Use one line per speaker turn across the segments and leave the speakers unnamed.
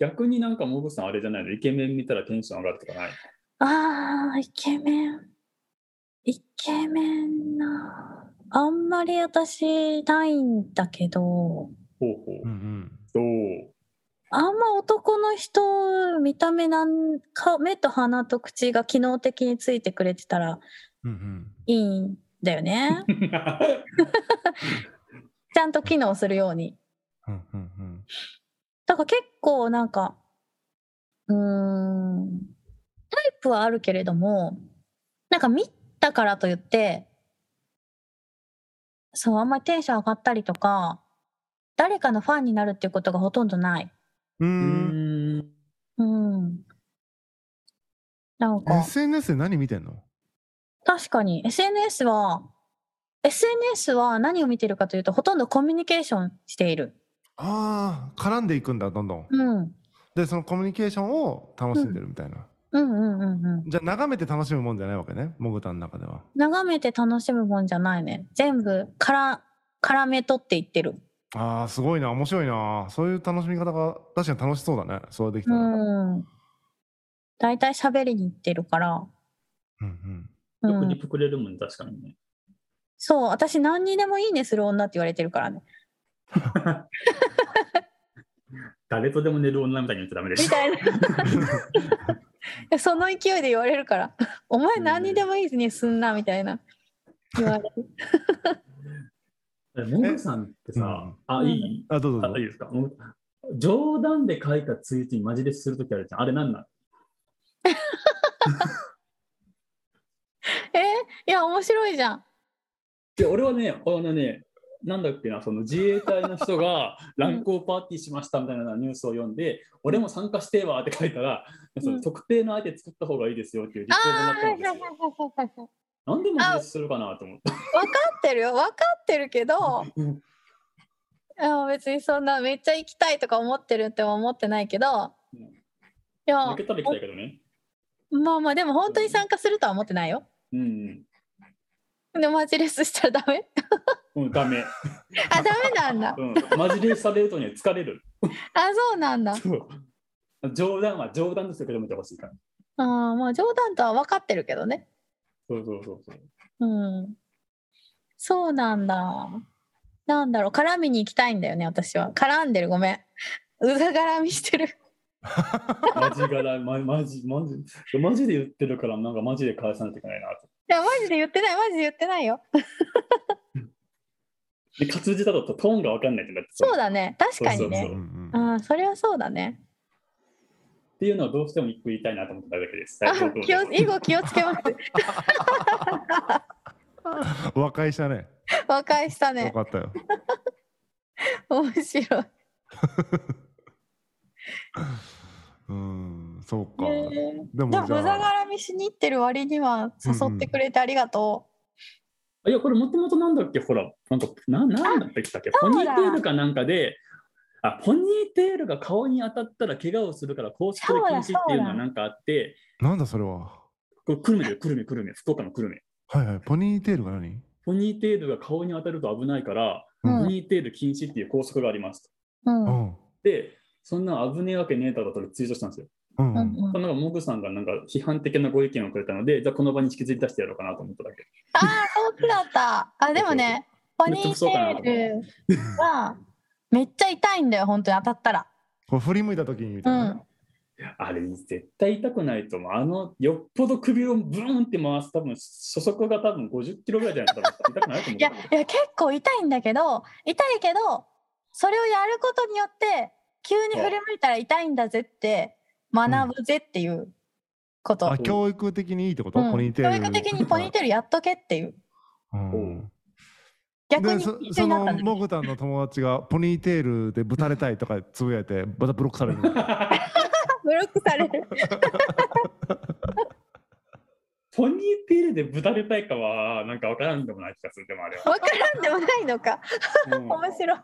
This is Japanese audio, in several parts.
逆になんかモブさんあれじゃないのイケメン見たらテンション上がるとかない
ああ、イケメン。イケメンな。あんまり私ないんだけど、
ほうほう。
うん
どう
あんま男の人、見た目なんか、目と鼻と口が機能的についてくれてたら
うん。うんうん。
いいんだよね。 ちゃんと機能するように。
うんうんうん。
だから結構なんか、うーん、タイプはあるけれども、なんか見たからといって、そう、あんまりテンション上がったりとか、誰かのファンになるっていうことがほとんどない。
う。
うんーん。
うん。なんか、
SNS で何見てんの
確かに SNS は、SNS は何を見てるかというと、ほとんどコミュニケーションしている。
ああ、絡んでいくんだ、どんどん。
うん。
で、そのコミュニケーションを楽しんでるみたいな。
うんうんうんうん。
じゃあ、眺めて楽しむもんじゃないわけね、モグタの中では。
眺めて楽しむもんじゃないね全部から絡め取っていってる
ああ、すごいな、面白いな。そういう楽しみ方が確かに楽しそうだね。そうできた
う
ら。うん
ん大体喋りに行ってるから、
うん。
う
よくリ
ん、
プくれるもん、確かにね。
そう私何にでもいいねする女って言われてるからね
誰とでも寝る女みたいに言っちゃダメで
み
した
いな その勢いで言われるから 「お前何にでもいいねすんな」みたいな言われる
た。モブさんってさ、あ、いい
あ、どうぞどう
あ、い
ぞ。
いですかモブ冗談で書いたツイートにマジでするときあるじゃん。あれなんなん
えいや面白いじゃん
で俺はね、あのね、なんだっけな、その自衛隊の人 が乱交パーティーしましたみたいなニュースを読んで、俺も参加してーわーって書いたら、
ん
その特定の相手作った方がいいですよっていう
あ
実況にな
あ
った
ーはい
わ
は
けで
いはい
すよ。
はいはいはい
なんでマジでするかなと思って。
分かってるよ分かってるけどいや別にそんなめっちゃ行きたいとか思ってるっては思ってないけど
うん
いや
負けたら行きたいけどね。
まあまあでも本当に参加するとは思ってないよ
うんうん。
でマジレスしたらダメ
うん、ダメ。
あダメなんだ
うん、マジレスされるとね、疲れる。
あそうなんだ
そう冗談は冗談ですよ、受け止めてほしいから。
あーまあ冗談とは分かってるけどね
そうそうそうそう。
うんそうなんだなんだろう絡みに行きたいんだよね私は絡んでるごめんうざがらみしてる
マジから、ま、マジ、マジ、マジで言ってるから、なんかマジで返さないといけないなと。
いやマジで言ってないマジで言ってないよ
で、活字だとトーンがわかんないってなって
そうだね確かに
そう
ね
そううん
うん
ああそれはそうだね
っていうのはどうしても一個言いたいなと思っただけです。
あ
はいどうぞ
気を以後気をつけます
和解したね。
和解したね
よかったよ。
面白い、
うん、そうか。
ね
で
で
も
も
じゃ
ぶざが
あ、
らみしに行ってる割には誘ってくれてありがと
いや、これもともとなんだっけ、ほら、なんか、ななんだったっけ、ポニ
そう
ー
だ
テールかなんかで、あ、ポニーテールが顔に当たったら怪我をするから公式で禁止っていうのがなんかあって、
なんだそれは。
これくるめだよ、くるめ、くるめ、福岡のくるめ。
はいはい。ポニーテールが何
ポニーテールが顔に当たると危ないから、
う、
うん
ポニーテール禁止っていう校則がありますと。
うん
う
うん
ん。
で、そんな危ねえわけねえだろとツイートしたんですよ。
うん。
う
うんん
うん
その中、モグさんがなんか批判的なご意見をくれたので、じゃあこの場に引きずり出してやろうかなと思っただけ。
ああそうだったあでもねポニーテールはめっちゃ痛いんだよ本当に当たったら
こう振り向いた時にみた
う
いなね。
ん
あれ絶対痛くないと思う。あの、よっぽど首をブーンって回す、多分初速が多分50キロぐらいじゃないと多分痛くないと思う。
いやいや結構痛いんだけど痛いけどそれをやることによって急に振り向いたら痛いんだぜって学ぶぜっていうこと、
あ、教育的にいいってこと
うん
ポニーテール。
教育的にポニーテールやっとけっていう
うん。
逆
で
に
そ
一緒
そ
になった
の
んだ
モグタンの友達がポニーテールでぶたれたいとかつぶやいてまたブロック される
ブロックされ る
ポニーテールでぶたれたいかは、なんかわからんでもない気がする、でもあれは。
わからんでもないのか
うん
面 白い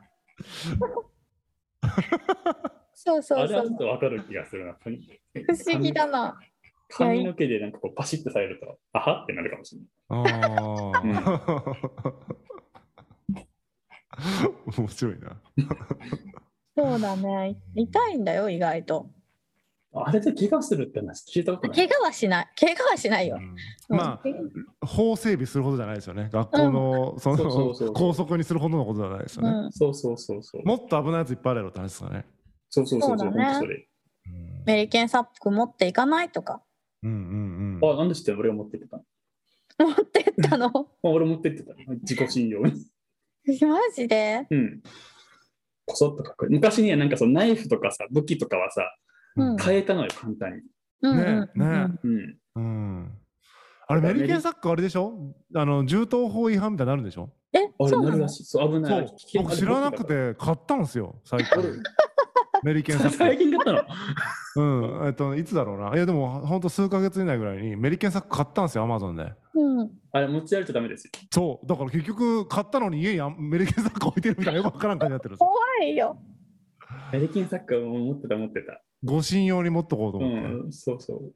そうそ
あれ
うそ
はちょ
う
っとわかる気がするな。ポニ
不思議だな
髪の毛でなんかこうパシッとされると、あはってなるかもしれない。
あー面白いな
そうだね。痛いんだよ、意外と。
あれで怪我するって話聞いたことない。
怪我はしない。怪我はしないよ。
うんまあ法整備するほどじゃないですよね学校のそ
そうそうそう
の校則にするほどのことじゃないですよ
う
ね
ん、
そうそうそうそう。
もっと危ないやついっぱいあるやろって話ですかね
そうそうそうそう。
そうだね
本当それ
メリケンサップ持っていかないとか。
うんうんうん
あ、なんで知ってんの俺が持ってってたの
持ってった の
あ俺持ってってた。自己信用に。
マジで
うん。こそっとかっこいい。昔にはなんかそのナイフとかさ、武器とかはさ、
うん
変えたのよ、簡単に。
うんうんう
ねえ
ん
ね
うん。
えうんあれメリケンサッカーあれでしょあの銃刀法違反みたいになるんでしょ
え
あれ、
そう
なる
な
ら
の
しい。そう、危
そ
な
う
い。危険
僕知らなく。て買ったんですよ最
あれ
近メリケンサッカー
最近買ったの
うん、えっと、いつだろうな。いや、でも、ほんと数ヶ月以内ぐらいに、メリケンサック買ったんですよ、アマゾンで。
うん
あれ、持ち歩いちゃダメですよ。
そう、だから結局、買ったのに家にあメリケンサック置いてるみたいな、よくわからん感じになってるんですよ
怖いよ。
メリキンサッカーも持ってた、持ってた。
護身用に持っとこうと
う
思って。
ん、そうそう。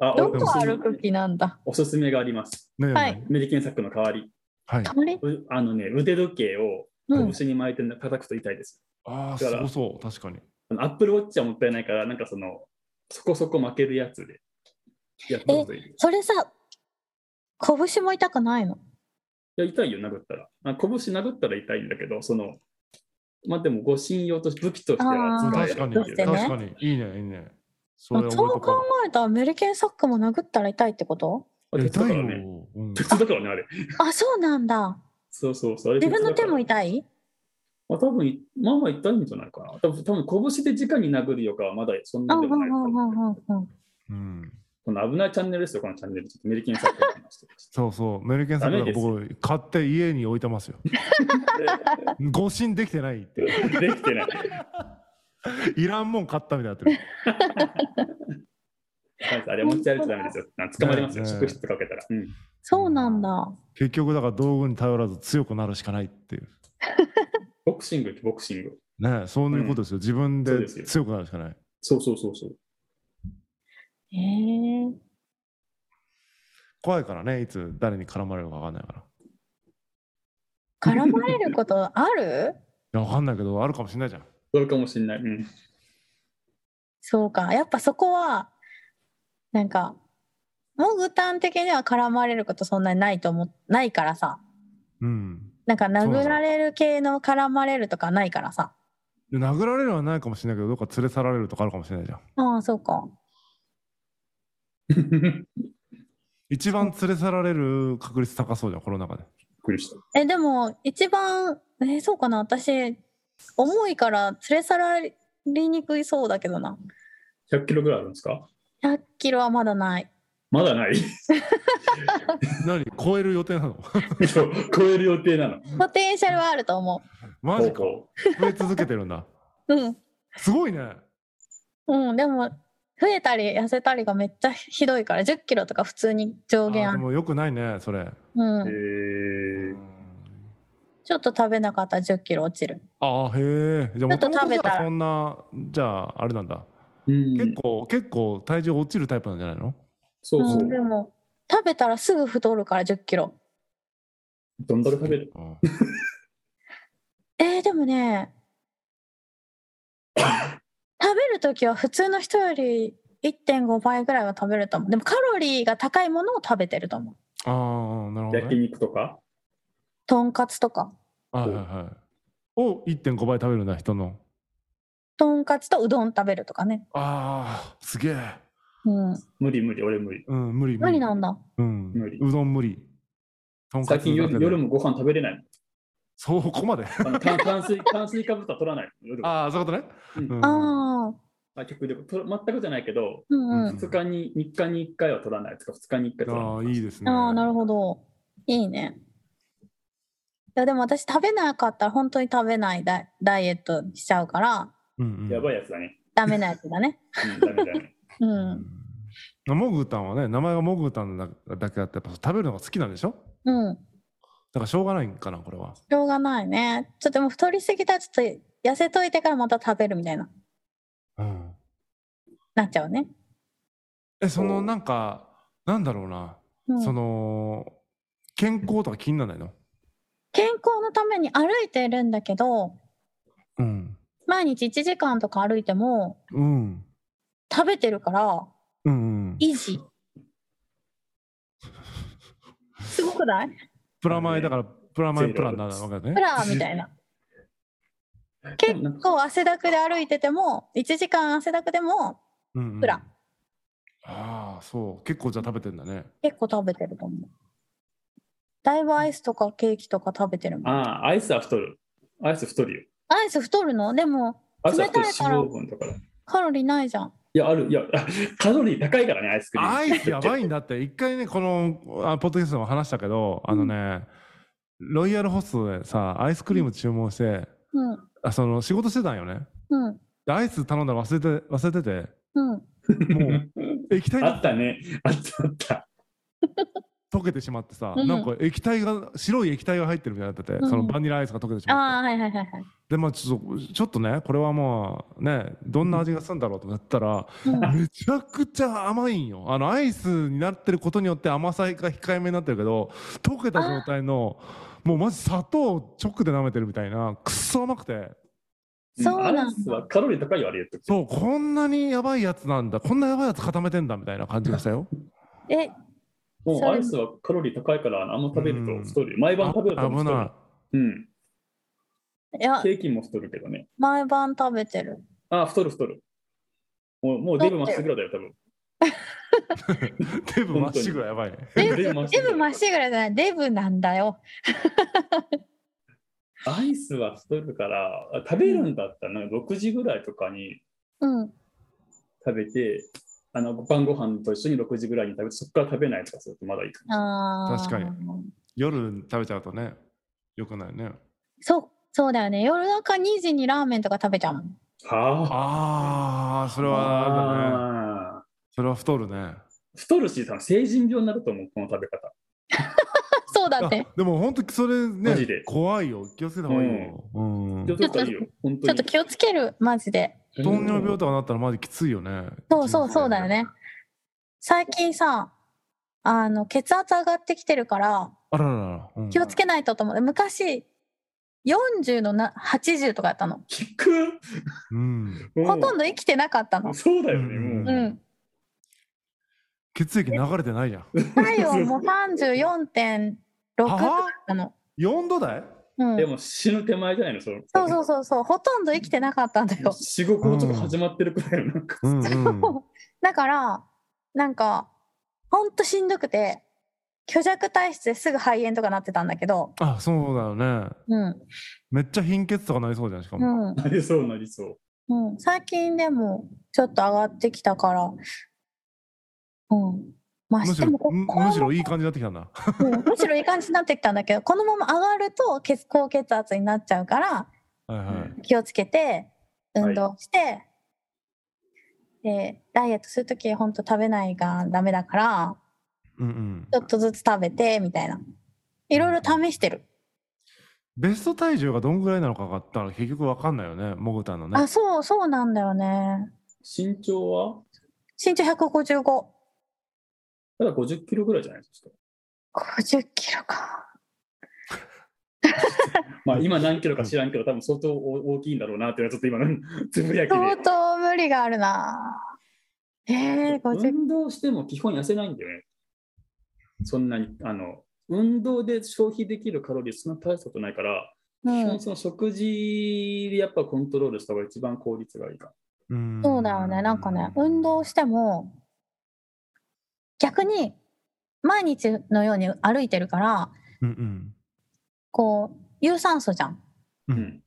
あ
ど
お
こ
すすめ
歩く気なんだ。
おすすめがあります。
ねえ
はい。
メリケンサックの代わり。
はい。
鳥。
うあのね、腕時計を
うん。
拳に巻いて叩くと痛いです。
ああ、
だから
そうそう、確かに。
あのアップルウォッチはもったいないから、なんかその、そこそこ負けるやつで。やったこといい。い
それさ、拳も痛くないの。
や、痛いよ、殴ったら。あ拳殴ったら痛いんだけど、その、まあでも、護身用として武器としては
あー
使え
確か
る
に、
っていう
そ
確
うですね
かに。いいね、いいね。そ
ま
れ
あ
覚
そう
えと
考
こ
えたらメリケンサックも殴ったら痛いってこと
あ
う。
鉄だ
痛
から
いよ
ね。。
うん
鉄だからね、あれ。
あ、そうなんだ。
そうそうそう。あれ
自分の
鉄だ
手
から
も痛い
まあ、多分いまあまあ痛いんじゃないかな。多分多分拳で直に殴るよりかはまだそん
う
なんで
うんう
もないと
んう
思う。
んうんうん。
うん。
この危ないチャンネルですよ、このチャンネル。ちょっとメリケンサッカーの話とかして
そうそう、メリケンサッ
ダ
ク
メで
が
す
僕、買って家に置いてますよ。 護身できてないって。
できてない。
いらんもん買ったみたいになってる。
あれは持ち歩いちゃダメですよ。なんか捕まりますよ、
ねえ
職質かけたら。うん。
そうなんだ。
結局、だから道具に頼らず強くなるしかないっていう。
ボクシングってボクシング。
ねえそういうことですよ、自分
そう
で
ですよ
強くなるしかない
そうそうそうそう。
へえ。
怖いからねいつ誰に絡まれるか分かんないか
絡まれることある
らいや分かんないけどあるかもしれないじゃん
それかもしれない。うん。
そうか。やっぱそこは、なんか、モグタン的には絡まれることそんなにないと思っ、ないからさ。
うん
なんか
そうな
殴
の
られる系の絡まれるとかないからさ。
で殴られるはないかもしれないけどどっか連れ去られるとかあるかもしれないじゃん
ああ、そうか。
一番連れ去られる確率高そうじゃんこの中で
びっくりした。
え、でも、一番、えーそうかな。私、重いから連れ去られにくいそうだけどな。
100キロぐらいあるんですか
100キロはまだない。
まだない。
何超える予定なの
そう超える予定なの。
ポテンシャルはあると思
マジか
こう
増え続けてるんだ
う。うん。
すごいね
うん、でも、増えたり痩せたりがめっちゃひどいから、10キロとか普通に
あ
上限
ー
あ
で
る。
もよくないねそれ
う
へ
ん。
え
ちょっと食べなかったら10キロ落ちる。
ああへえじゃあ
ちょっと
もとも
食
と
べ
じ
た、。
ゃあそんなじゃああれなんだ、
うん。
結構結構体重落ちるタイプなんじゃないの
そうそううん
でも、食べたらすぐ太るから10キロ。
どんだけ食べる
うん
えー、でもね、食べるときは普通の人より1.5倍ぐらいは食べると思う。でもカロリーが高いものを食べてると思う。
ああ、なるほど、
焼
ね。
肉とか
とんかつとか。
はいはいはい。を1.5倍食べるんだ、人の。
とんかつとうどん食べるとかね。
ああ、すげえ。
うん。
無理無理、俺無理。
うん、無理
無理なんだ。
うん、
無理
うどん無理。とんか
最
つ
近
だ
夜
けで
夜もご飯食べれない。
そこまで。
あの炭 炭水炭水化物は取らない。夜は
ああ、そういうことね。
うん
うん
ああ。
あ極力と全くじゃないけど、
うんうん。
2日に3日に1回は取らないとか、2日に1回取ら
あ
な
あ、
い。
いいですね。
ああ、なるほど。いいね。いやでも私食べなかったら本当に食べないダイダイエットしちゃうから
うんうん、
やば
い。
いやつだね。
ダメなやつだね。
うん、ダメだね。
う。
うんん。モグタンはね、名前がモグタンだだけあって、やっぱ食べるのが好きなんでしょ
うん。
だからしょうがないんかな、これは。
しょうがないね。ちょっとでも太りすぎたらちょっと痩せといてからまた食べるみたいな、
うん。
なっちゃうね。
え、その、なんか、なんだろうな。
うん、
その、健康とか気にならないの
健康のために歩いてるんだけど、
うん。
毎日1時間とか歩いても
うん。
食べてるから
うん、うん。
維持すごくない
プラマイだから、プラマイプランな
ゼロ
わけだ
プ
ね。
ラみたいな 結構汗だくで歩いてても1時間汗だくでも
うんうん
プラン。
ああ、そう。結構じゃあ食べてんだね。
結構食べてると思うだいぶアイスとかケーキとか食べてるもん
ああ、アイスは太る。アイス太るよ。
アイス太るのでも
アイスは太る
冷たいから
脂肪分だから。い
カロリーないじゃん
や、ある。いや、カロリー高いからね、アイスクリーム。
アイスやばいんだって、一回ね、このあポッドキャストでも話したけど、あのね、ロイヤルホストでさ、アイスクリーム注文して、
うん
あその仕事してたんよね。
うん
でアイス頼んだら忘れて、忘れて
うん
て、も う液体
あ
が
ったね。あったあった。
溶けてしまってさ、
うん
なんか液体が、白い液体が入ってるみたいになってて、
うん
そのバニラアイスが溶けてしま
ああ
っ
はいはいはいはい
て。で、まあちょっと、ちょっとね、これはもうね、どんな味がするんだろうと思ったら、
うん
めちゃくちゃ甘いんよ。あの、アイスになってることによって甘さが控えめになってるけど、溶けた状態の、もうマジ砂糖を直で舐めてるみたいな、くっそ甘くて、
そうなんだ
アイスはカロリー高いよ、あれやって
そう、こんなにやばいやつなんだ、こんなやばいやつ固めてんだみたいな感じがしたよ。
え
もう
それ
アイスはカロリー高いから、あんま食べると太るよ。毎晩
あ
食べると
危
太る
な。
うん。
いや
ケーキも太るけどね。
毎晩食べてる
あ、太る太る。もうもうデブまっしぐらだよ、多分。
い。デブまっしぐらやばいね。
デ
デブ
ブ
まっし
デ
ぐら
ブまっしぐらじゃないデブなんだよ
アイスは太るから、あ食べるんだったら、なんか6時ぐらいとかに
うん
食べて、あの晩ご飯と一緒に6時ぐらいに食べて、そこから食べないとかするとまだいいかも。
あー
確かに夜食べちゃうとね、よくないね。
そうそうだよね夜中2時にラーメンとか食べちゃうもん
は
あー、それ
あ。
はあれだね。
あー
それは太るね。
太るし、多分成人病になると思う、この食べ方。
そうだ
あ
って
でも本当それ
マジで
ね、怖いよ。気をつけた方がいいよ。うん
ちょっと太るよ、本
ちょ
当
っ
に
と。気をつけるマジで
糖尿病とかなったらマジきついよね。
そうそうそうだよ。ね最近さあの血圧上がってきてるから
あららら。うん
気をつけないとと思って昔40のな80とかやったの
聞く
うん。
ほ
ほとんど生きてなかったの
そうだよね、もう。
う
うん
ん
血液流れてないじゃん。
体温も34.6とかだったの
4度台
うん
でも死ぬ手前じゃないの、その。
そうそうそうそうほとんど生きてなかったんだよ
仕事もちょっと始まってるくらいの、なんか。
うんうん。
だからなんかほんとしんどくて虚弱体質ですぐ肺炎とかなってたんだけど
あ、そうだよね。
うん
めっちゃ貧血とかなりそうじゃん、しか
う
も。
ん
なりそうなりそう。
うん、最近でもちょっと上がってきたから、うん、まあ
むし
で
ろ、
もこ
む
この
むしろいい感じになってきたんだ。
うんむしろいい感じになってきたんだけどこのまま上がると血高血圧になっちゃうから
はいは
う
い。
気をつけて
はい
運動して、でダイエットする時ほんと食べないがダメだから
うんうん
ち。ょっとずつ食べてみたいないろいろ試してる、
ベスト体重がどんぐらいなのかがあったら結局わかんないよね、モグタンのね
あ。そうそうなんだよね
身長は
身長15550
ただ50キロぐらいじゃないですか。
キロか
まあ今何キロか知らんけど、多分相当お大きいんだろうなっていうのはち ょっと今のつぶやき
相
で。
当無理があるなえー、50
運動しても基本痩せないんだよね。そんなに、あの、運動で消費できるカロリーそんな大したことないから、
う
基
ん
本その食事でやっぱコントロールした方が一番効率がいいか。
うん
そうだよねなんかね運動しても逆に毎日のように歩いてるから
うんうん。
こう有酸素じゃん
う。
うんん。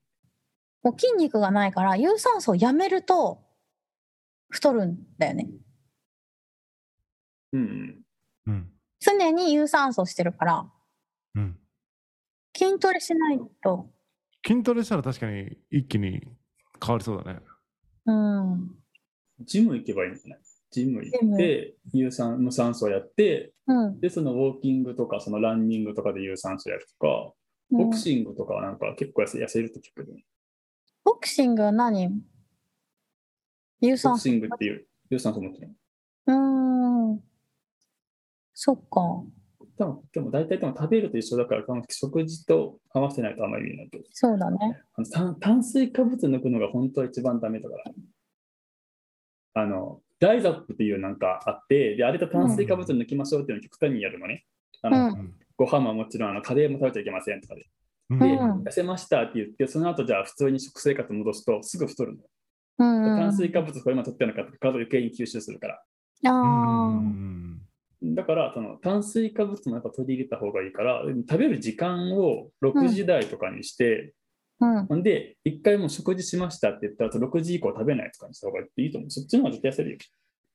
もう筋肉がないから有酸素をやめると太るんだよね
うんうん。
うん。
常に有酸素してるから
うん。
筋トレしないと
筋トレしたら確かに一気に変わりそうだね。
うん
ジム行けばいいんじゃないジム
ジ
行っ
ム
て、有酸無酸素やって、
うん
で、そのウォーキングとか、そのランニングとかで有酸素やるとか、
うん
ボクシングとかはなんか結構痩せ痩せるって聞くけどね、
ボクシングは何有
ボ
酸
ク
素
シングっていう有酸素持ってない。
うーんそっか
多分でも大体でも食べると一緒だから多分食事と合わせないとあんまり意味ないと思う
そうだね。
あの炭炭水化物抜くのが本当は一番ダメだから。あの、ライザップっていうなんかあって、で、あれと炭水化物抜きましょうっていうのを極端にやるのね。あ
う
の
ん。
ご飯はもちろんあのカレーも食べちゃいけませんとかで。
うん
で、
うん
痩せましたって言って、その後じゃあ普通に食生活戻すとすぐ太るのよ。
うん。
炭水化物これ今取ってなかったから余計に吸収するから。
あ
だから、その炭水化物もやっぱ取り入れた方がいいから、食べる時間を6時台とかにして、
あ。うん。
ほんで、一回もう食事しましたって言ったら、6時以降食べないとかにした方がいいと思う。そっちの方が絶対痩せるよ。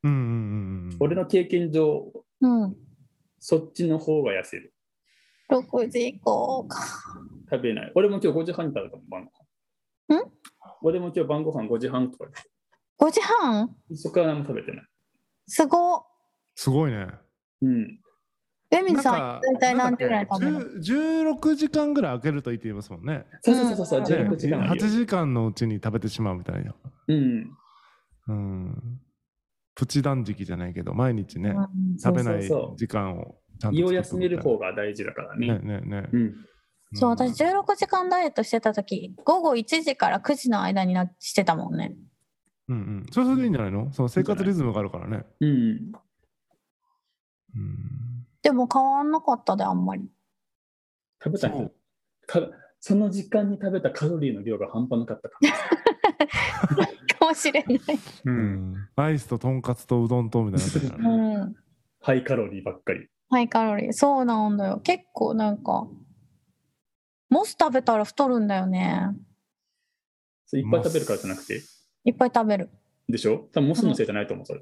うんうんうん
俺の経験上、
うん。
そっちの方が痩せる。
6時以降か。
食べない。俺も今日5時半に食べたもん、晩ご飯。
ん
俺も今日晩ご飯5時半とか
5時半
で、そこから何も食べてない。
すごっ。
すごいね
うん。
エミ
なん
さ
か
ん、大体何時ぐらい
なんだっ
食
け
べる
10 16時間ぐらい空けるといいって言いますもんね
そうそうそうそう、
うん
ね
16時間あるよ
8時間のうちに食べてしまうみたいな
うん。
うんプチ断食じゃないけど毎日ね、
のうん
そう
食
そう
べ
そう
ない時間をちゃんと作っとくみたいな
胃を休める方が大事だからね。
ねねね
うん。
そう、私16時間ダイエットしてた時、午後1時から9時の間になしてたもんね。
うんうんそれそれでいいんじゃないのその生活リズムがあるからね
うん。
うん
でも変わんなかったで、あんまり。
食べた人
そう
かその時間に食べたカロリーの量が半端なかったか
かもしれない。
ら。
う。んアイスととんかつとうどんとみたいな感じだね
うん。
ハイカロリーばっかり。
ハイカロリー。そうなんだよ。結構なんか、モス食べたら太るんだよね。
それいっぱい食べるからじゃなくて。
いっぱい食べる。
でしょ多分モスのせいじゃないと思う、それ。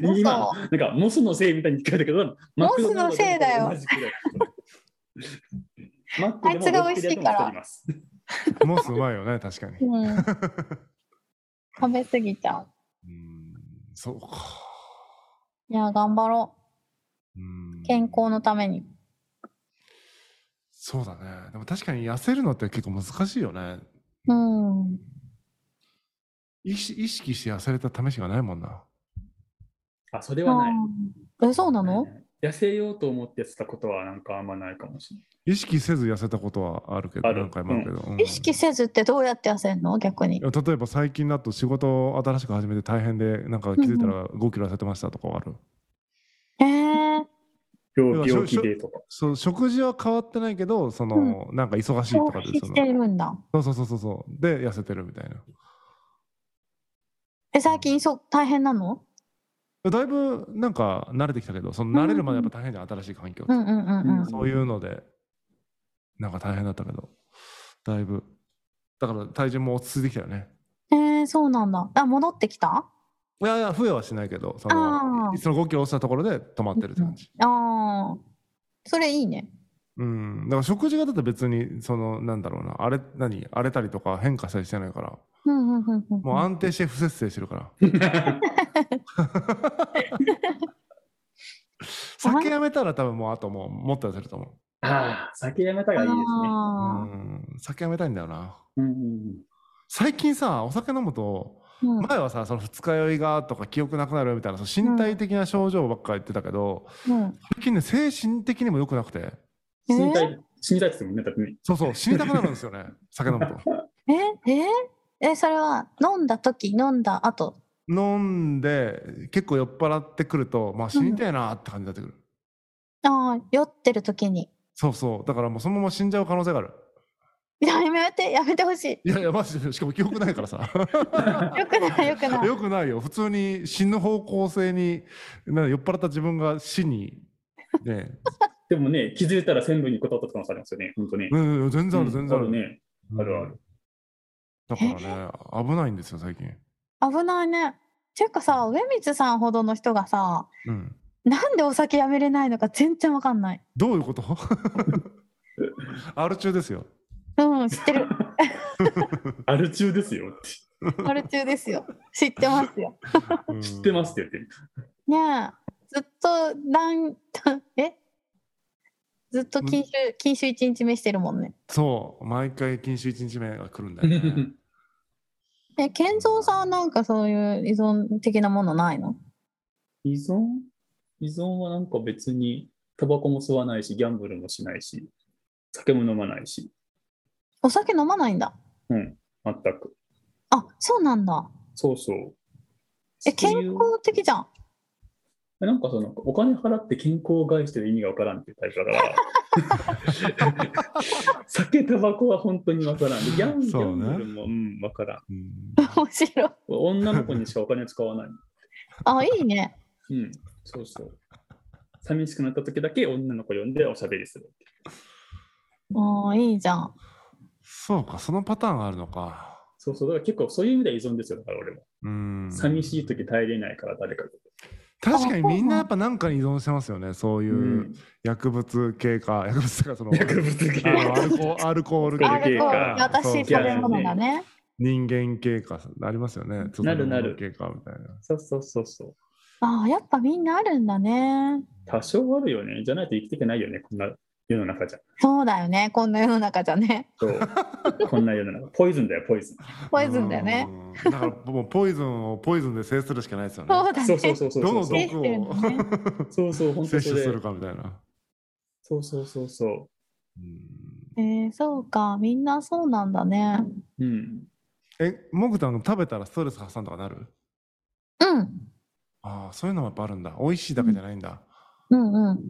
モス
今、
は
なんかモスのせいみたいに聞かれたけど、マクドナルドと同じくらい。マッ クでもロッテリアでも太ります。
モスうまいよね確かに
うん。食べ過ぎちゃう。
うんそうか
いや、頑張ろ
うん
う。健康のために。
そうだねでも確かに痩せるのって結構難しいよね
うん。
意識意識して痩せれた試しがないもんな
あ、それはない。
うんえ、そうなの
痩せようと思ってやってたことはなんかあんまないかもしれない。
意識せず痩せたことはあるけど
ある
何回もあるけど、うん
意識せずってどうやって痩せんの逆に
い。や例えば最近だと仕事を新しく始めて大変でなんか気づいたら5キロ痩せてましたとかはある、
えー、
病
いや
病気でとか。
そう食事は変わってないけどその、なんか忙しいと
消
かで
費
そ
してるんだ。
のそうそうそうそうで痩せてるみたいな
え、最近そう大変なの
だいぶなんか慣れてきたけどその慣れるまでやっぱ大変じゃん、新しい環境って、
うんうんうんうん。
そういうのでなんか大変だったけどだいぶだから体重も落ち着いてきたよね
えー、そうなんだ。あ、戻ってきた
いやいや増えはしないけどそ
あ
の
ー
その5キロ落ちたところで止まってるって感じ、
ああ。それいいね。
うん、だから食事がだって別にそのなんだろうなあれ何荒れたりとか変化したりしてないから
うんうんうんうん。
もう安定して不節制して るから酒やめたら多分もうあともうもっと痩せると思う、
ああ、酒やめたがいいですね。
あ
うん、酒やめたいんだよな
うんうん
最近さお酒飲むと
ーうん
前はさその二日酔いがとか記憶なくなるみたいなその身体的な症状ばっかり言ってたけど、
うん
最近ね精神的にも良くなくて
う
え
ん。死にたい、死にたいって言ってもんね、だってね。
そうそう死にたくなるんで すよね酒飲むと
えええそれは飲んだ時飲んだ後
飲んで結構酔っ払ってくるとまあ死にたいなって感じになってくる、
ああ酔ってる時に
そうそうだからもうそのまま死んじゃう可能性がある
やめてやめてほしい
いやいやマジでしかも記憶ないからさ
よくないよくない
よくないよ普通に死ぬ方向性になんか酔っ払った自分が死にね
でもね、気づいたら全部に断った可能性ありますよね、本当に。
うんうん全然ある全然ある、
うんね。あるある
だからね危ないんですよ最近
危ないねていうかさ上水さんほどの人がさ
うん
なんでお酒やめれないのか全然わかんない
どういうこと R 中ですよ
うん知ってる
アル中ですよって。
あれ中ですよ知ってますよ
知ってますって言ってる。
ねえずっとなんえずっと禁酒禁酒1日目してるもんね
そう毎回禁酒1日目が来るんだ よね
え健三さんはなんかそういう依存的なものないの
依存依存はなんか別にタバコも吸わないし、ギャンブルもしないし、酒も飲まないし、
お酒飲まないんだ。
うん、全く。
あ、そうなんだ。
そうそう。
え、
そうい
健
う
康的じゃん。
なんかその、お金払って健康を害してる意味がわからんっていうタイプだ から。酒、タバコは本当にわからん。でギャンギ
そう
ャン
ね
ブルも、うん、わからん。
面白い。
女の子にしかお金を使わない。
あ、いいね。
うん、そうそう。寂しくなった時だけ女の子呼んでおしゃべりする。
あーいいじゃん。
そうかそのパターンがあるのか
そうそう、だから結構そういう意味では依存ですよ、だから俺も。
うん
寂しい時耐えれないから誰かと。、
確かにみんなやっぱなんかに依存してますよねそういううん薬物系か 薬物かその
薬物系。
あのアルコ アルコール系
あ
アル
れ
系
こう
か
私食べ物だね。
人間系かありますよね
なるなる
ちょっと人間系かみたいな
そうそうそうそう。
あーやっぱみんなあるんだね。
多少あるよね。じゃないと生きていけないよね、こんな世の中じゃ。
そうだよね。こんな世の中じゃね。
そう こんな世の中。ポイズンだよ、ポイズン。
ポイズンだよね。
うんだからもうポイズンをポイズンで制するしかないですよね
そうだね。
そうそうそうそう。
どの
そう
生き
毒
てるん
を
だね。
そうそう、本当
摂
そ
取す
れ
る。かみたいな
そうそうそうそ
うん
えー、そうか。みんなそうなんだね。
う。うん。
えモグタン食べたらストレス発散とかなる
うん。
ああそういうのもやっぱあるんだ美味しいだけじゃないんだ、
うんうん。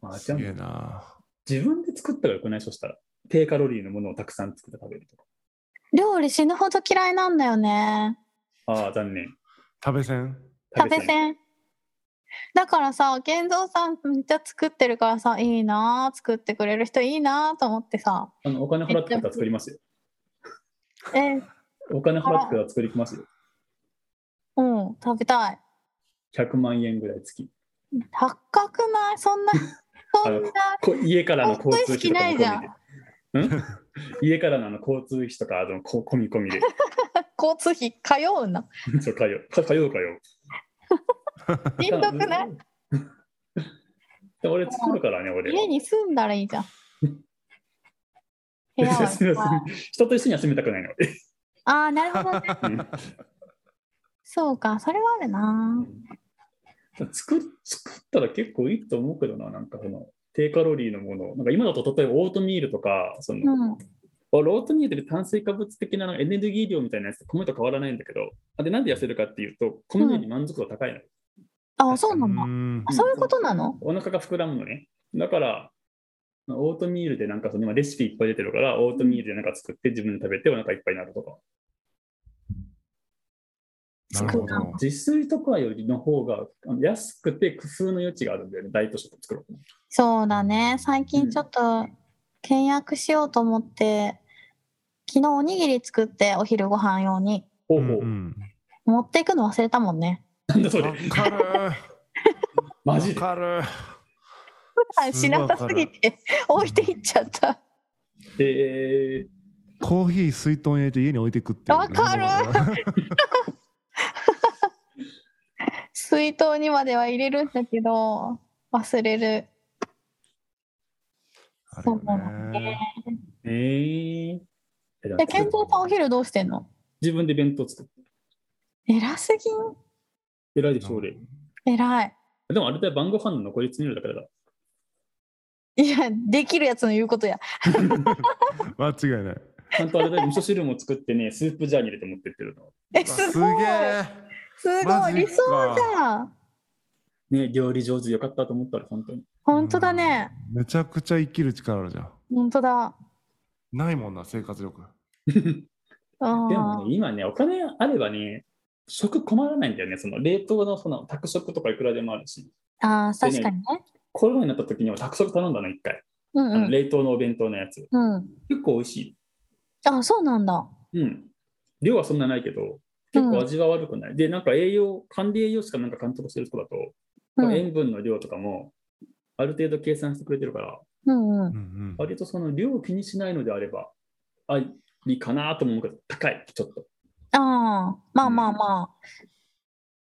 まあ、じ
す
ゃあ
げえな
自分で作ったらよくないそしたら。低カロリーのものをたくさん作って食べるとか。
料理死ぬほど嫌いなんだよね。
ああ、残念。
食べせん
食べせん。だからさ、健三さんめっちゃ作ってるからさ、いいなあ作ってくれる人いいなあと思ってさ。
あのお金払ってくれたら作りますよ。
えー、
お金払ってくれたら作りますよ。
うん、食べたい。
100万円ぐらい月。
高くないそんな、そんな、
こ家からの交通費とかも込みで
本当に好きない。
ん 家からのあの交通費とか、あのこ込み込み で。
交通費通う な。
そう、通う。か通うかよ。
しんどくない
で俺作るからね、俺。
家に住んだらいい じゃん。部屋 は
人と一緒には住みたくないの。
ああ、なるほど ね。
うん
そうか、それはあるな。
作作ったら結構いいと思うけどな、なんかその低カロリーのもの、なんか今だと例えばオートミールとか、その
うん。
俺オートミールで炭水化物的ななんかエネルギー量みたいなやつと米と変わらないんだけど、あでなんで痩せるかっていうと、米より満足度高いの、
あそうなんだ。
ん
あそういうことなの
お腹が膨らむのね。だから、オートミールでなんかその今レシピいっぱい出てるから、オートミールでなんか作って自分で食べてお腹いっぱいになるとか、
なるほ
作らん
ど
自炊とかよりの方があの安くて工夫の余地があるんだよね、ダイエット食作ろう。
そうだね。最
う
近
ん
ちょっと倹約しようと思って、昨日おにぎり作ってお昼ご飯用に。
ほ
う
うほう、
ん
持っていくの忘れたもんね。
なんだ
う
そ
んわ
れ、
かる
マジで
わかる
普段しなさすぎて置いていっちゃった。
え
コーヒー水筒に入れて家に置いてくっていう
わかる水筒にまでは入れるんだけど、忘れる。
ある
そ
よ
うなの
ね
ね。
ー、えー。
で、健康さんお昼どうしてんの
自分で弁当作って。
偉すぎん
偉いでしょ、俺。
偉い。
でもあれだよ、晩ご飯の残り詰めるだけだから。
いや、できるやつの言うことや。
間違いない
ちゃんとあれだよ、味噌汁も作ってね、スープジャーに入れて持ってってるの。
え、
あ
す
すげ
ごい。
え
すご
マ
い。
ジ
理想
か
じゃん。
ね、料理上手よかったと思ったら、本当に。
本当だね。
めちゃくちゃ生きる力あるじゃん
本当だ。
ないもんな生活力
うん
でもね、今ね、お金あればね、食困らないんだよね。その冷凍のその宅食とかいくらでもあるし、
ああ、
でね
確かにね。
コロナになった時には宅食頼んだの、一回。
う
あ
ん
の
うん。
冷凍のお弁当のやつ。
うん、
結構美味し
あそうなんだ。
い。うん。量はそんなないけど、結構味は悪くない。で、なんか栄養、管理栄養士かなんか監督してる人だと、
うん
塩分の量とかもある程度計算してくれてるから、
うんう
うん
ん、
うん
割とその量を気にしないのであれば、ありかなとも思うけど、高い、ちょっと。
ああまあまあまあ。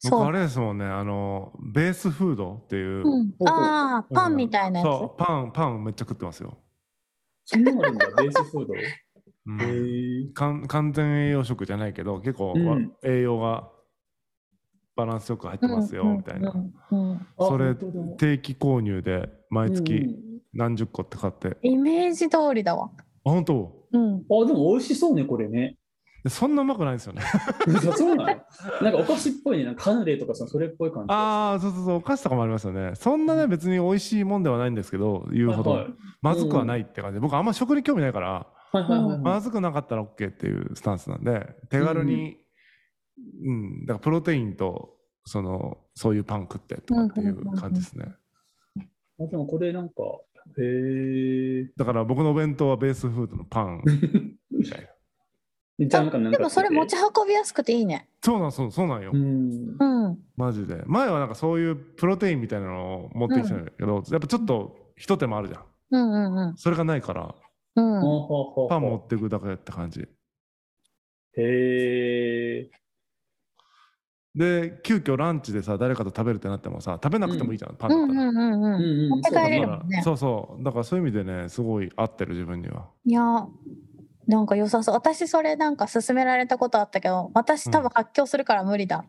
僕
そ
あ
う。
れですもんねあのベースフードっていう、
うん、ああパンみたいなやつ。
そうパンパンめっちゃ食ってますよ、
そんなのあるん だ、ベースフード。へ
うん
ー
かん完全栄養食じゃないけど結構、
うん
わ栄養がバランスよく入ってますよ、みたいな。
うんうん
あ
それ
本当だ
定期購入で毎
うん
月何十個って買って、
イメージ通りだわ。
あ本当
うん。
あでも美味しそうねこれね
そんなうまくないんですよね
そう なのなんかお菓子っぽいねなんかカヌレとかさそれっぽい感じ
ああそうそうそうお菓子とかもありますよねそんなね別に美味しいもんではないんですけど言うほど、
はい
まずくはないって感じで僕あんま食に興味ないから、
はいはいはいはい
まずくなかったら OK っていうスタンスなんで手軽に、うんだからプロテインとそのそういうパン食ってとかっていう感じですね、
あでもこれなんかへえ
だから僕のお弁当はベースフードのパン みたいな
じゃあなんかなんか
でもそれ持ち運びやすくていいね。
そうなんそうそうなんよ、
うん
うん。
マジで前はなんかそういうプロテインみたいなのを持ってきてたんだけど、やっぱちょっとひと手間あるじゃん
うんうん
それがないから
うん。うん。
パ
パン持っていくだけって感じ
へえ
で急遽ランチでさ誰かと食べるってなってもさ食べなくてもいいじゃん、パン
う
だっ
ん
た
う
ら、
ん
う
うんうん。
んうん
持って帰れる
だ
も
か
ん
ら
ね。
そうそうだからそういう意味でねすごい合ってる自分にはい
やーなんか良さそう。私それなんか勧められたことあったけど、私多分発狂するから無理だ。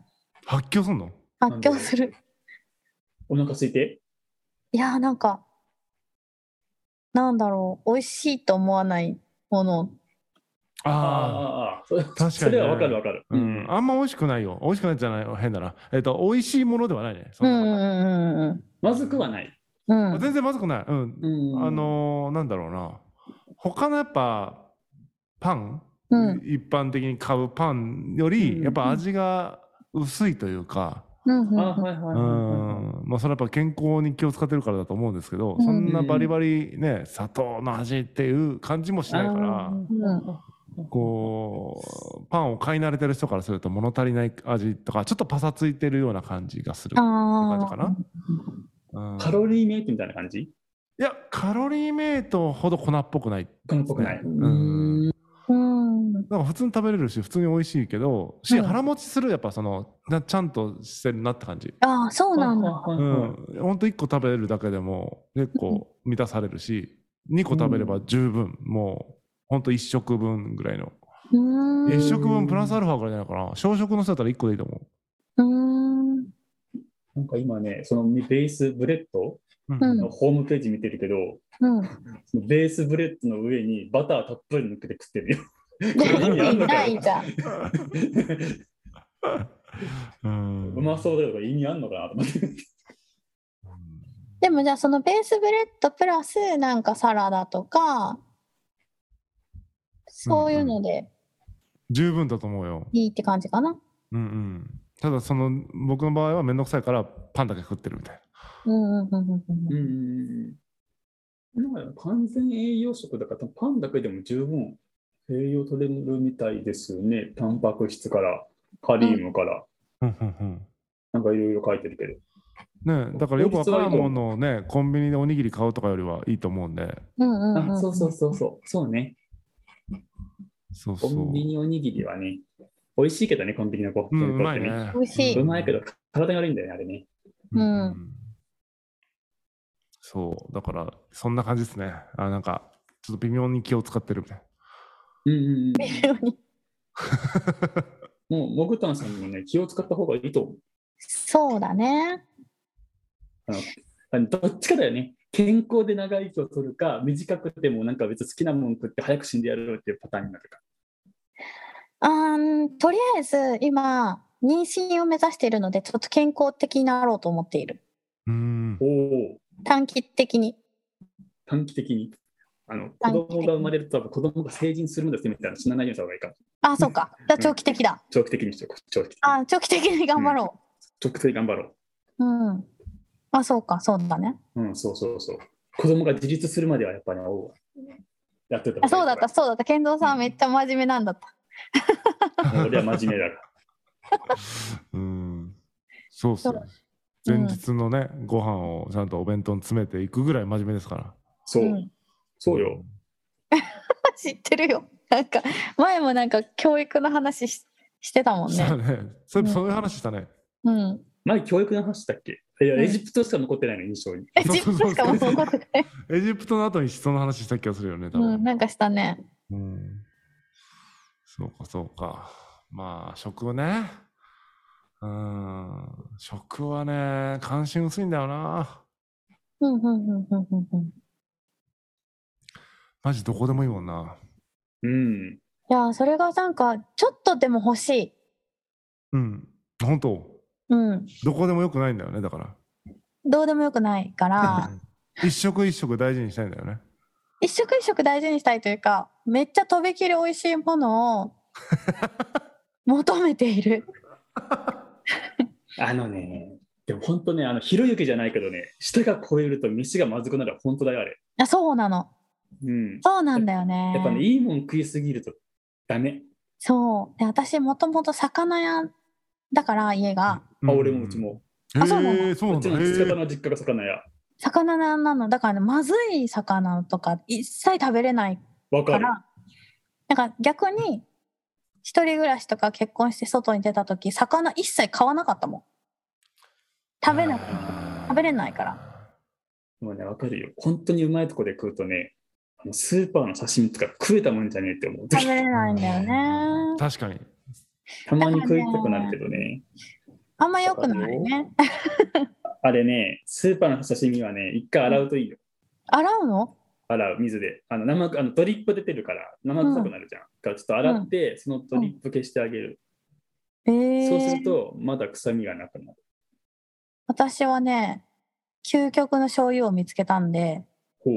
発狂すんの
な
発
んで
狂する。
お腹空いて
いやーなんか、なんだろう、美味しいと思わないもの。
ああ
ああそれ確
かにね
それはわかるわかる
うん、あんま美味しくないよ美味しくないじゃない変だなえっ、と美味しいものではないねそ
うんんう
なん
う
こと
ん
まずくはない
うん。うん。
全然まずくないうん、
うん
あのーなんだろうな他のやっぱパン
うん
一般的に買うパンよ
う
り
ん
やっぱ味が薄いというか、
うんうん
あ
うん
はいはいはい
う
はい
んまあ、それはやっぱ健康に気を使ってるからだと思うんですけど、
うん
そんなバリバリね砂糖の味っていう感じもしないから
あー
こうパンを買い慣れてる人からすると物足りない味とかちょっとパサついてるような感じがするって感じか
あ
な。うん
カロリーメイトみたいな感じ
いやカロリーメイトほど粉っぽくない
粉っぽくない
うん
ーうん。
なんか普通に食べれるし普通に美味しいけどし、
うん
腹持ちするやっぱそのなちゃんとしてるなって感じ、
ああ、そうなんだ。
は
う
いはいはい
ん、ほんと1個食べれるだけでも結構満たされるし2個食べれば十分、もうほんと1食分ぐらいの
うーん。
1食分プラスアルファぐらいじゃないかな小食の人だったら1個でいいと思
うーん。
なんか今ねそのベースブレッド
う、
うん
のホームページ見てるけど、
うん。
そのベースブレッドの上にバターたっぷり塗って食ってるよ。
意
味あん
味
のか
な
よ
いじゃん。
うん
うまそうだとか意味あんのかなと思って。
でもじゃあそのベースブレッドプラスなんかサラダとか、そういうので
十分だと思うよ、
いいって感じかな。
うんうん、ただその僕の場合は面倒くさいからパンだけ食ってるみたいな
うんうんうんうんうん。
うん。なんか完全栄養食だからパンだけでも十分栄養取れるみたいですよね。タンパク質からカリウムから、
うんうんうん
なんかいろいろ書いてるけど。
ね、だからよくわからんものをねコンビニでおにぎり買うとかよりはいいと思うんで
うんうんう
あ、
ん。
そうそうそうそう。そうね。
そうそ
コ
う
ンビニおにぎりはね、美味しいけどね、コンビニのご
う
飯
んうまいね
美味し
う
い
まいけど体に悪いんだよね、あれね。
うん
そうだからそんな感じですねあなんかちょっと微妙に気を使ってるみたい
うんうんうん。
ように。
もう、モグタンさんもね、気を使った方がいいと思う。
そうだね。
あのどっちかだよね。健康で長生きを取るか、短くてもなんか別に好きなもん食って早く死んでやろうっていうパターンになるか。
あーんとりあえず今、妊娠を目指しているので、ちょっと健康的になろうと思っている。
なうん
おお、
短期的に。
短期的に。あの子
短期的
供
に
が生まれると多分子供が成人するんだってみたいな死なないようにした方がいいかも。
あ、そうか。じゃあ長期的だ。
長期的にしておく長期的に。
あ、長期的に頑張ろ
長期的に頑張ろ
う。うん。あ、そうか。そうだね。
う。うん、そうそうそう。子供が自立するまではやっぱり、ね、おやってた
あ
方
そ
が
うだ
い
っ
い
た、
か
そうだった。健三さんめっちゃ真面目なんだった。
ら。俺は真面目だから。
うんそうっすよ
う
前
ん
日のねご飯をちゃんとお弁当に詰めていくぐらい真面目ですから
そう、
うん
そうよ。
知ってるよ。なんか、前もなんか教育の話ししてたもん
し
ね
た。ねそうい
うん
えばそういう話したね
うん。
前、教育の話だっけいや、
うん
エジプトしか残ってないの、印象に。
え、自分しかもう残ってない。
エジプトの後にその話した気がするよね多
うん、
分
なんかしたね。
うんそうかそうかまあ食ねうん食はね関心薄いんだよな
うんうんうんうんうんうん。い
マジどこでもいいもんな
うん。
や、それがなんか、ちょっとでも欲しい。
うん本当
うん。
どこでもよくないんだよねだから
どうでもよくない から、
一食一食大事にしたいんだよね
一食一食大事にしたいというか、めっちゃとびきり美味しいもの を求めている。
あのね、でも本当ね、あの、ひろゆきじゃないけどね、舌が超えると飯がまずくなる本当だよ、あれ。
あ、そうなの。
うん。
そうなんだよね。
やっぱね、いいもん食いすぎるとダメ。
そう。で、私、もともと魚屋だから、家が。
あ、俺もうちも。
へ
あそうなの
えそう
う
なん
ち
だ
の父
へ
方
ー
の実家が魚屋。
魚屋なの。だからね、まずい魚とか、一切食べれない
わか
か
る。
ら、なんか逆に、一人暮らしとか結婚して外に出た時、魚一切買わなかったもん。食べなく
あー
食べれないから
もうね、わかるよ。本当にうまいとこで食うとね、あのスーパーの刺身とか食えたもんじゃねえって思う。
食べれないんだよ
うん
ね。
確かに
たまに食いたくなるけどね。
あんま良くないね。
あれね、スーパーの刺身はね、一回洗うといいよ。
洗うの
洗う、水で。あの、生く、あの、ドリップ出てるから、生臭くなるじゃん。だからちょっと洗って、そのドリップ消してあげる。
え
そうする
ー、
と、まだ臭みがなくなる。
私はね、究極の醤油を見つけたんで、
ほう。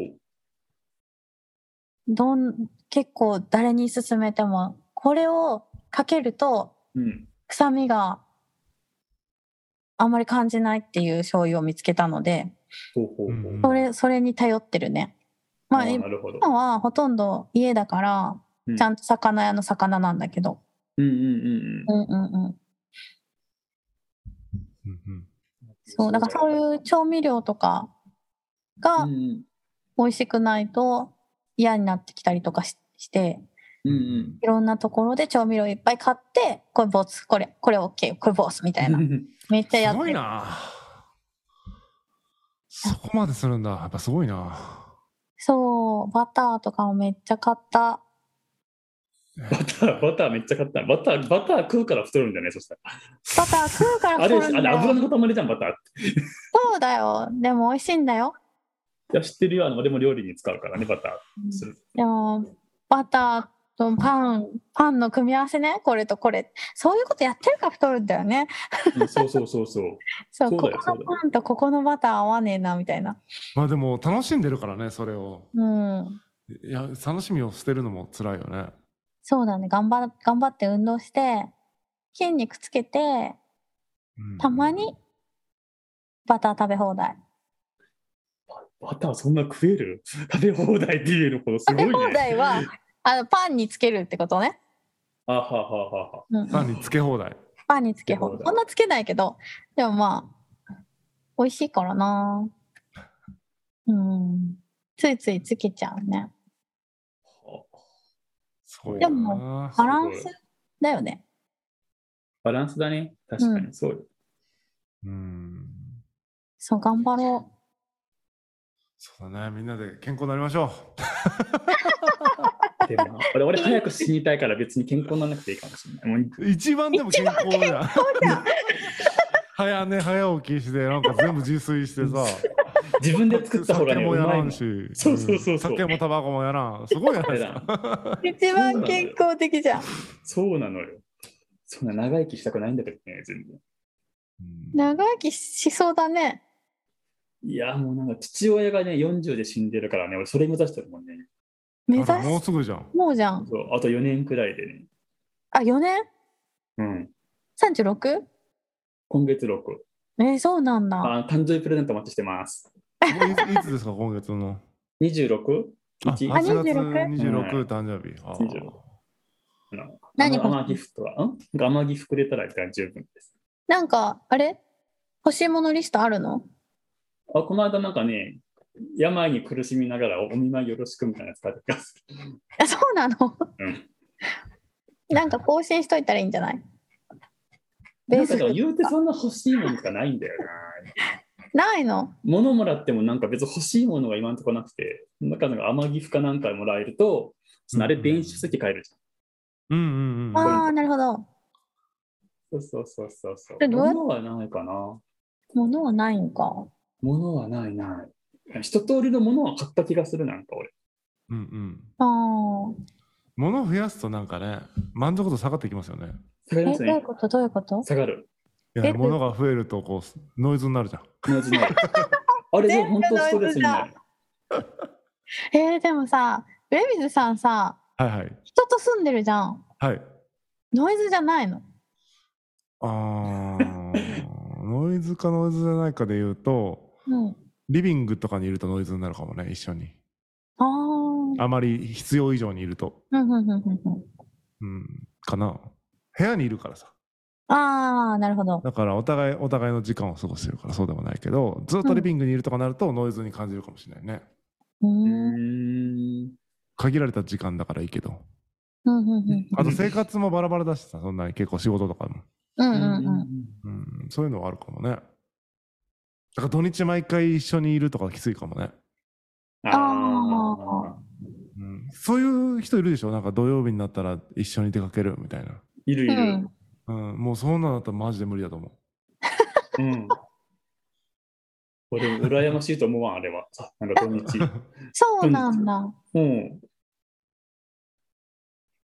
どん結構誰に勧めても、これをかけると
うん。
臭みがあんまり感じないっていう醤油を見つけたので、
ほうほうほ
うん
う。
それ、それに頼ってるね。まあ、
ー
今
なるほど。
はほとんど家だから、
うん
ちゃんと魚屋の魚なんだけど。
うんうんうん
うんうんうん。
うんうん
うん。
そう、だからそういう調味料とか
う
が
ん
美味しくないと嫌になってきたりとかしして、
うんうん
いろんなところで調味料いっぱい買って、これボツ、これ、これ OK、これボスみたいな
う。ん。
めっちゃや
す
っ
ご
て
い
る。
なそこまでするんだやっぱすごいな
そう、バターとかもめっちゃ買った。
バター、バターめっちゃ買った。バター、バター食うから太るんだね、そしたら。
バター食うから
あれ、
太る
あ
んだ
れ油の
よ。
塊じゃん、バターって。
そうだよ。でも美味しいんだよ。
いや、知ってるよ。あの、俺も料理に使うからね、バター。する
でもバターとパンパンの組み合わせねこれとこれそういうことやってるから太るんだよね
うんそうそうそうそう。
そう
そうだよ
ここのパンとここのバター合わねえなみたいな
まあでも楽しんでるからねそれを
うん
いや楽しみを捨てるのも辛いよね
そうだね頑張頑張って運動して筋肉つけて
うん
たまにバター食べ放題
バターそんな食える食べ放題って言えるほどす
食
ごい
べ
ね。
放題 はあのパンにつけるってことね、
あはははは。
うん
パンにつけ放題
パンにつけ放
つけ放
題
題
そんなつけないけどでもまあ美味しいからなうんついついつけちゃうね
すごいな
で
も
バランスだよね。
バランスだね。確かにそうよ。
うん
そう、頑張ろ
そうだねみんなで健康になりましょ
でも俺、俺早く死にたいから別に健康にならなくていいかもしれない。もう
う 一番でも健康じゃん早寝早起きしてなんか全部自炊し てさ
自分で作った方がね、
酒
う
もや
まい
ら
もん
んし
そうそうそうそうん
酒もタバコもやらんすごいやないですか
う。一番健康的じゃん。
そうなのよ。そんな長生きしたくないんだけどね、全然。
うん
長生きしそうだね。
いや、もうなんか父親がね、40で死んでるからね、俺それ目指してるもんね。
目指
あらもう
す。
すぐじゃん
もうじゃん。
そうあと4年くらいでね。
あ、4年
うん。
?36?
今月6。
えーそうなんだ。
あ誕生日プレゼントお待ちしてます。
もういついつですか今月の
26?
あ
一
8月
26
26誕生日あー
あの
何
あの甘ギフトは、んなんか甘ギフトくれたら十分です。
なんか、あれ欲しいものリストあるの
あ、この間なんかね、病に苦しみながらお見舞いよろしくみたいなやつ買ってきます。
あ、そうなの
うん。
なんか更新しといたらいいんじゃないベ
な
ー
んか
ス
でも言うてそんな欲しいものとかないんだよな。
ないの
物もらってもなんか別に欲しいものが今んとこなくて、なんかなんか甘ギフかなんかもらえると、そのあれ電子書籍買えるじ
うんうんうん
ああ、なるほど。
ゃそうそうそうそうそう。
でどうやっ
物はないかな。
物はないんか。
物はないない。一通りのものは買った気がする、なんか俺。
うんうん
ああ。
物増やすとなんかね満足度下がってきますよね
下がりま
え、ど
す
ういう
ね。
ことどういうこと
下がる。
い
え
や物が増えるとこうノイズになるじゃん
ノイ ズになるあれでも本当ストレスになる。
えー、でもさ、レビズさんさ、
はいはい
人と住んでるじゃん。
はい
ノイズじゃないの。
あーノイズかノイズじゃないかで言うと
うん。
リビングとかにいるとノイズになるかもね一緒に
ああ。
あまり必要以上にいると
うんうんうんうんうん。
うんかな部屋にいるからさ
ああ、なるほど。
だからお互いお互いの時間を過ごしてるからそうでもないけどずっとリビングにいるとかなるとノイズに感じるかもしれないね、
うー
うー
ん。
ん。
限られた時間だからいいけど
うんうんうん
あと生活もバラバラだしさそんなに結構仕事とかも、
うん
う
うんうん。
うん、そういうのはあるかもねだから土日毎回一緒にいるとかきついかもね、
ああ。
うん、そういう人いるでしょなんか土曜日になったら一緒に出かけるみたいな、
いるいる。
うん
うん、もうそんなのだったらマジで無理だと思う
うん。俺、羨ましいと思うわ、あれは。あ、なんか土日。
そうなんだ。
うん。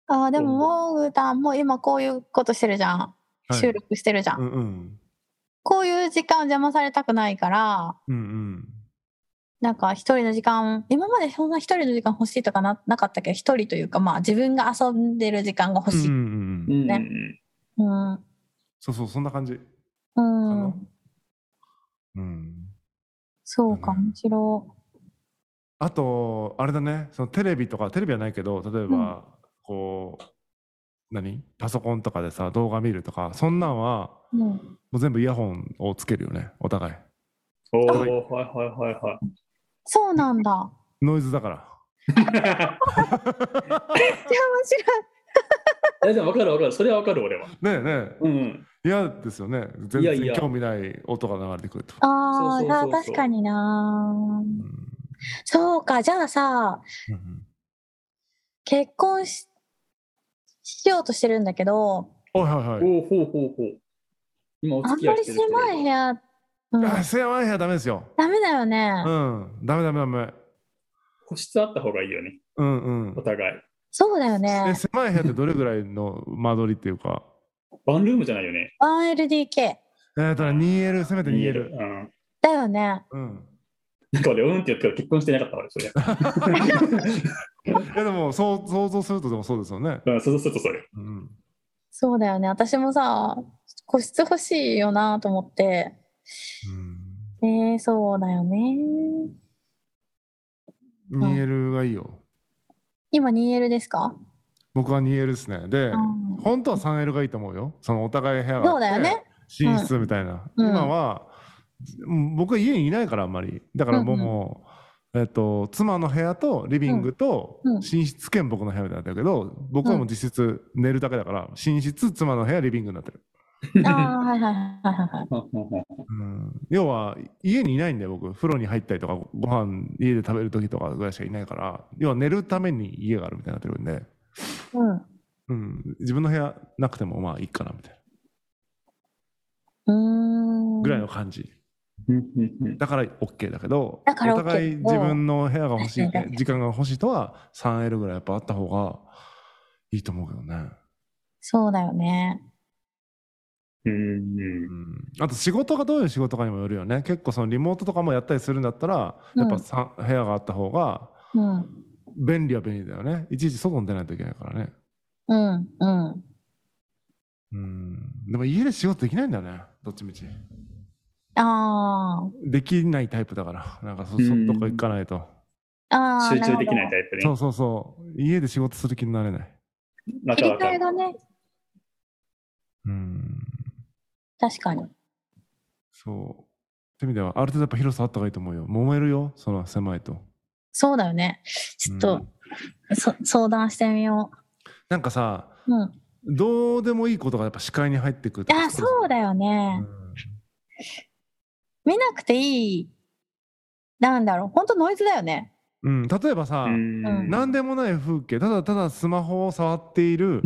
ああ、でも、モーグタンも今こういうことしてるじゃん。
はい
収録してるじゃん。
うんうん
こういう時間を邪魔されたくないから、
うんうん
なんか一人の時間、今までそんな一人の時間欲しいとかななかったけど、一人というか、まあ自分が遊んでる時間が欲
うん
し
う
い。
ん
う
うん
ん。
ねうん。う
そうそうそんな感じ
ん。
あのうん
そうか、
うん
むしろ。
あと、あれだね、そのテレビとか、テレビはないけど、例えば、こう、何パソコンとかでさ、動画見るとか、そんなんは、
うん。
もう全部イヤホンをつけるよね、お互い。
おお、はいはいはいは
そうなん だ。
ノイズだから。
い。
いや、面白い。
え、でも分かる分かる。それは分かる、俺は。
ねえねえ、
うん。
嫌ですよね。全
いやい
然
や
興味ない音が流れてくると。
あ
そうそうそう
あ、
そう
確かにな。
うん
そうか、じゃあさ、
うんうん
結婚ししようとしてるんだけど、
おいはいはい。
おお、ほうほうほう。今、お
あ
付
ん
き合
ま
い
り
してる人
狭い部屋、うん、
あ狭い部屋ダメですよ。
ダメだよね。
うん、ダメダメダメ。
個室あった方がいいよね。
うんうん
お。互い。
そうだよ
え
ね。
狭い部屋ってどれぐらいの間取りっていうか、
ワンルームじゃないよね。
1LDK。
えー、だから 2L、せめて 2L。
うん。
だよね。
うん。
なんか俺、うんって言うけど、結婚してなかったわ、俺、それ。
いやでもそう想像するとでもそうですよね。
うん、そうそうそう、それ。
うん、
そうだよね。私もさ、個室欲しいよなと思って。えー、そうだよね。
うん、2L がいいよ。
今 2L ですか、
僕は 2L ですね。で、
うん
本当は 3L がいいと思うよ。そのお互い部屋があ
そ
っ
う
て
だよね。
寝室みたいな。
うん
今はうん僕は家にいないからあんまり。だからもう,
うんうん
もう、えっと、妻の部屋とリビングと
うんうん
寝室兼僕の部屋みたいなんだけど、僕はもう実質寝るだけだから寝室妻の部屋リビングになってる、
ああ、はいはいはいはいはい。
うん要は家にいないんで僕風呂に入ったりとかご飯家で食べる時とかぐらいしかいないから要は寝るために家があるみたいになってるんで、うん、自分の部屋なくてもまあいいかなみたいな
うん。うーん。
ぐらいの感じ、だから OK だけど
だから
お互い
OK
自分の部屋が欲しい
確かに確かに
時間が欲しいとは 3L ぐらいやっぱあった方がいいと思うけどね、
そうだよね。
うん
う。ん、あと仕事がどういう仕事かにもよるよね結構そのリモートとかもやったりするんだったらやっぱさ、部屋があった方が
うん。
便利は便利だよねいちいち外に出ないといけないからね
うん。うん。
うんでも家で仕事できないんだよねどっちみち
あ
できないタイプだからなんかそ
うん
そどっか行かないと
あ。ああ。
集中できない
る
タイプ
そ
ね
う。そうそう家で仕事する気になれない
わ
ほど。
か
切
る
り
わか
替え
る。
がね、
うん
確かに。
そうって意味ではある程度やっぱ広さあった方がいいと思うよ揉めるよその狭いと
そうだよね。ちょっと、そ相談してみよ
なんかさ
う。うん。
どうでもいいことがやっぱ視界に入ってくると
あ、そうだよ
う
ね。
ん
見なくていい。なんだろう。本当ノイズだよね。
ううん、例えばさ、
うん
何でもない風景ただただスマホを触って いる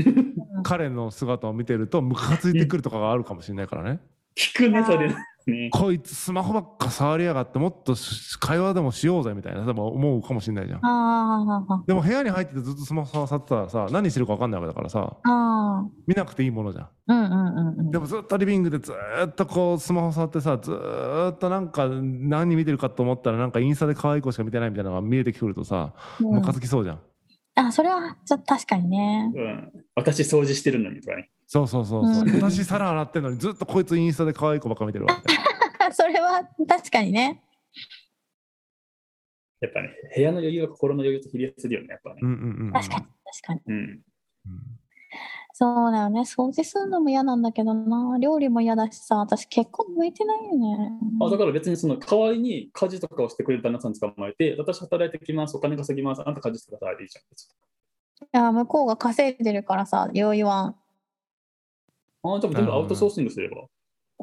彼の姿を見てるとムカついてくるとかがあるかもしれないからね
聞くね、それ。ね。
こいつスマホばっか触りやがってもっとし会話でもしようぜみたいな多分思うかもしれないじゃん
ああ。
でも部屋に入っててずっとスマホ触ってたらさ何してるか分かんないわけだからさ
ああ。
見なくていいものじゃん
うんうんうんうん。
でもずっとリビングでずーっとこうスマホ触ってさずーっとなんか何見てるかと思ったらなんかインスタで可愛い子しか見てないみたいなのが見えてくるとさ
うん
ムカつきそうじゃん、
あ、それはちょっと確かにね。
うん。私、掃除してるのにとかね。
そうそうそうそう、
うん
私皿洗ってんのにずっとこいつインスタで可愛い子ばっか見てるわみたいな
それは確かにね。
やっぱね、部屋の余裕は心の余裕と比例するよね、やっぱね
う。んうんうんうん
確かに。確かに。
うん。
そうだよね。掃除するのも嫌なんだけどな。料理も嫌だしさ、私結婚向いてないよね。
あだから別にその代わりに家事とかをしてくれる旦那さん捕まえて、私働いてきます、お金稼ぎます、あんた家事してくださいでいいじゃ
いや、向こうが稼いでるからさ、よう言わん。
ん。あでも全部アウトソーシングすれば、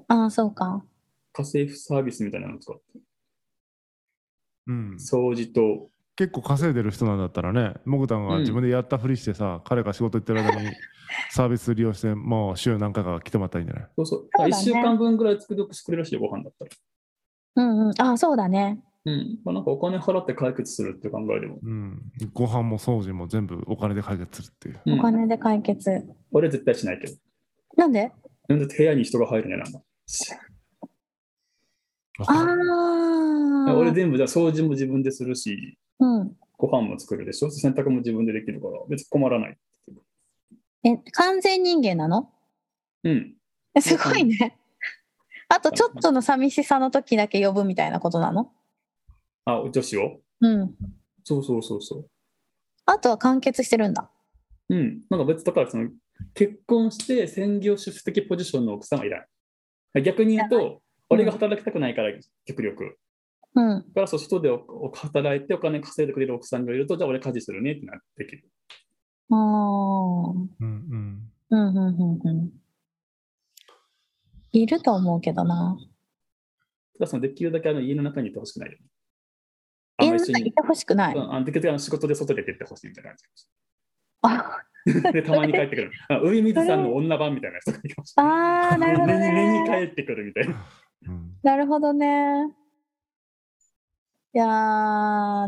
ああ、そうか。
家政婦サービスみたいなの使って、
うん、
掃除と、
結構稼いでる人なんだったらねモグタンが自分でやったふりしてさ、彼が仕事行ってる間にサービス利用してもう週何回か来てもらったらいいんじゃない
そうそう、
そうだね
1週間分ぐらい作りしてくれるらしいよ、ご飯だったら。
うんうん。ああ、そうだね。
うん。まあ、なんかお金払って解決するって考えでも。
うん、ご飯も掃除も全部お金で解決するっていう
う
お
ん、
金で解決。
俺は絶対しないけど。
なんで
なんで部屋に人が入るねなんだ。
わか
あ
る
あ。
俺全部じゃあ掃除も自分でするし、
うん。
ご飯も作るでしょ、洗濯も自分でできるから、別に困らない。
え、完全人間なの
うん。
え すごいね。あとちょっとの寂しさの時だけ呼ぶみたいなことなの
あ、女子を
うん。
そうそうそうそう。
あとは完結してるんだ。
うん、なんか別にだからその結婚して専業主婦的ポジションの奥さんはいらない。逆に言うと、俺が働きたくないから、極力。
うん。
だからそう外でおお働いてお金稼いでくれる奥さんがいると、じゃあ俺家事するねってなってきる。
ああ。
うんうん
うんうんうんうん。いると思うけどな。
ただそのできるだけあの家の中にいてほしくないよね。あ
家
の
の
一緒
中にい
に、
てほしくない。
うん、あのできるだけあの仕事で外で出てほしいみたいな感
あ
じ。で、たまに帰ってくる。あ上水さんの女版みたいな人がいました。
あー、なるほど
年に
ね。
帰ってくるみたいな。
うん
なるほどね。いやー、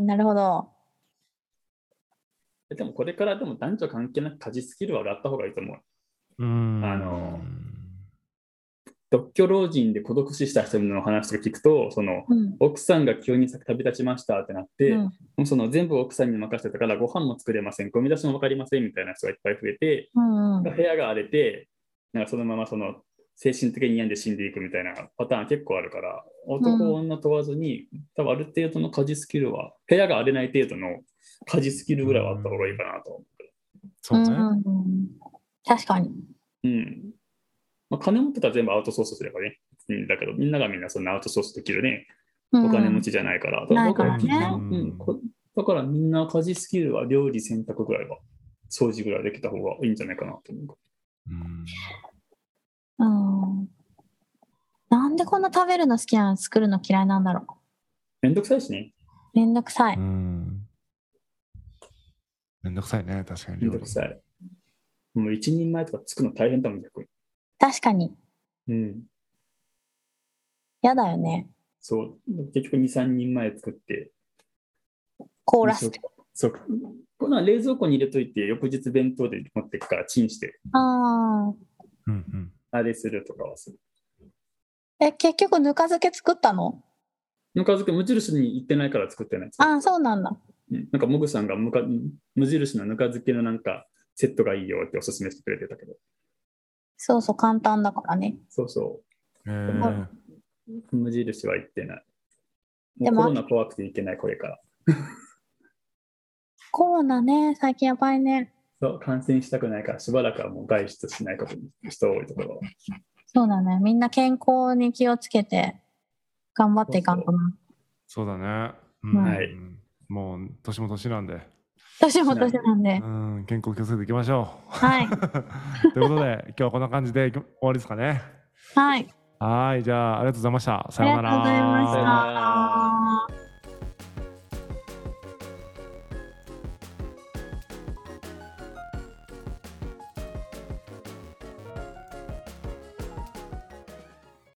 なるほど。
でもこれからでも男女関係なく家事スキルは上がった方がいいと思う。
うん
あの独居老人で孤独死した人の話とか聞くとその
うん。
奥さんが急に旅立ちましたってなって、
うん
もうその全部奥さんに任せてたからご飯も作れませんゴミ出しも分かりませんみたいな人がいっぱい増えて
うんうん
部屋が荒れてなんかそのままその精神的に病んで死んでいくみたいなパターン結構あるから男、女問わずに多分ある程度の家事スキルは部屋が荒れない程度の家事スキルぐらいはあった方がいいかなと思
そうね、
うんうん確かに。
う。うんまあ、金持ってたら全部アウトソースすればね。うんだけどみんながみんなそんなアウトソースできるね。
うん
お金持ちじゃないから。
ないからね
だら僕は基本うんこだからみんな家事スキルは料理、洗濯ぐらいは、掃除ぐらいできた方がいいんじゃないかなと思
うん
うん。なんでこんな食べるの好きなの作るの嫌いなんだろ
う。めんどくさいしね。
う。めんどくさい。
うんめんどくさいね、確かに
めん
料
ど
理
く。さい。もう一人前とか作るの大変だもん、逆に。
確かに。
うん。
嫌だよね。
そう。結局2、3人前作って。
凍らせて。
そう。こんなん冷蔵庫に入れといて、翌日弁当で持ってくからチンして、
ああ。
うんうん
あれするとかはする。
え、結局ぬか漬け作ったの
ぬか漬け無印に行ってないから作ってない。
ああ、そうなんだ。
うんなんかモグさんがむか無印のぬか漬けのなんかセットがいいよっておすすめしてくれてたけど、
そうそう、簡単だからね。
そうそ
え
は
ー
う、無印は行ってない。も
で
う
も
コロナ怖くて行けない、これから。
コロナね、最近やばいね。
そう感染したくないから、しばらくはもう外出しないことに人多いところは。
そうだね。みんな健康に気をつけて、頑張っていかんとな。
そうだね。
はい
うんもう年も年なんで、
年も年なんで
う。ん、健康気をつけていきましょ
はい。
う。 ということで、今日はこんな感じで終わりですかね。
はい。
はい、じゃあありがとうございました。さようなら。
ありがとうございま
さよ
した
なら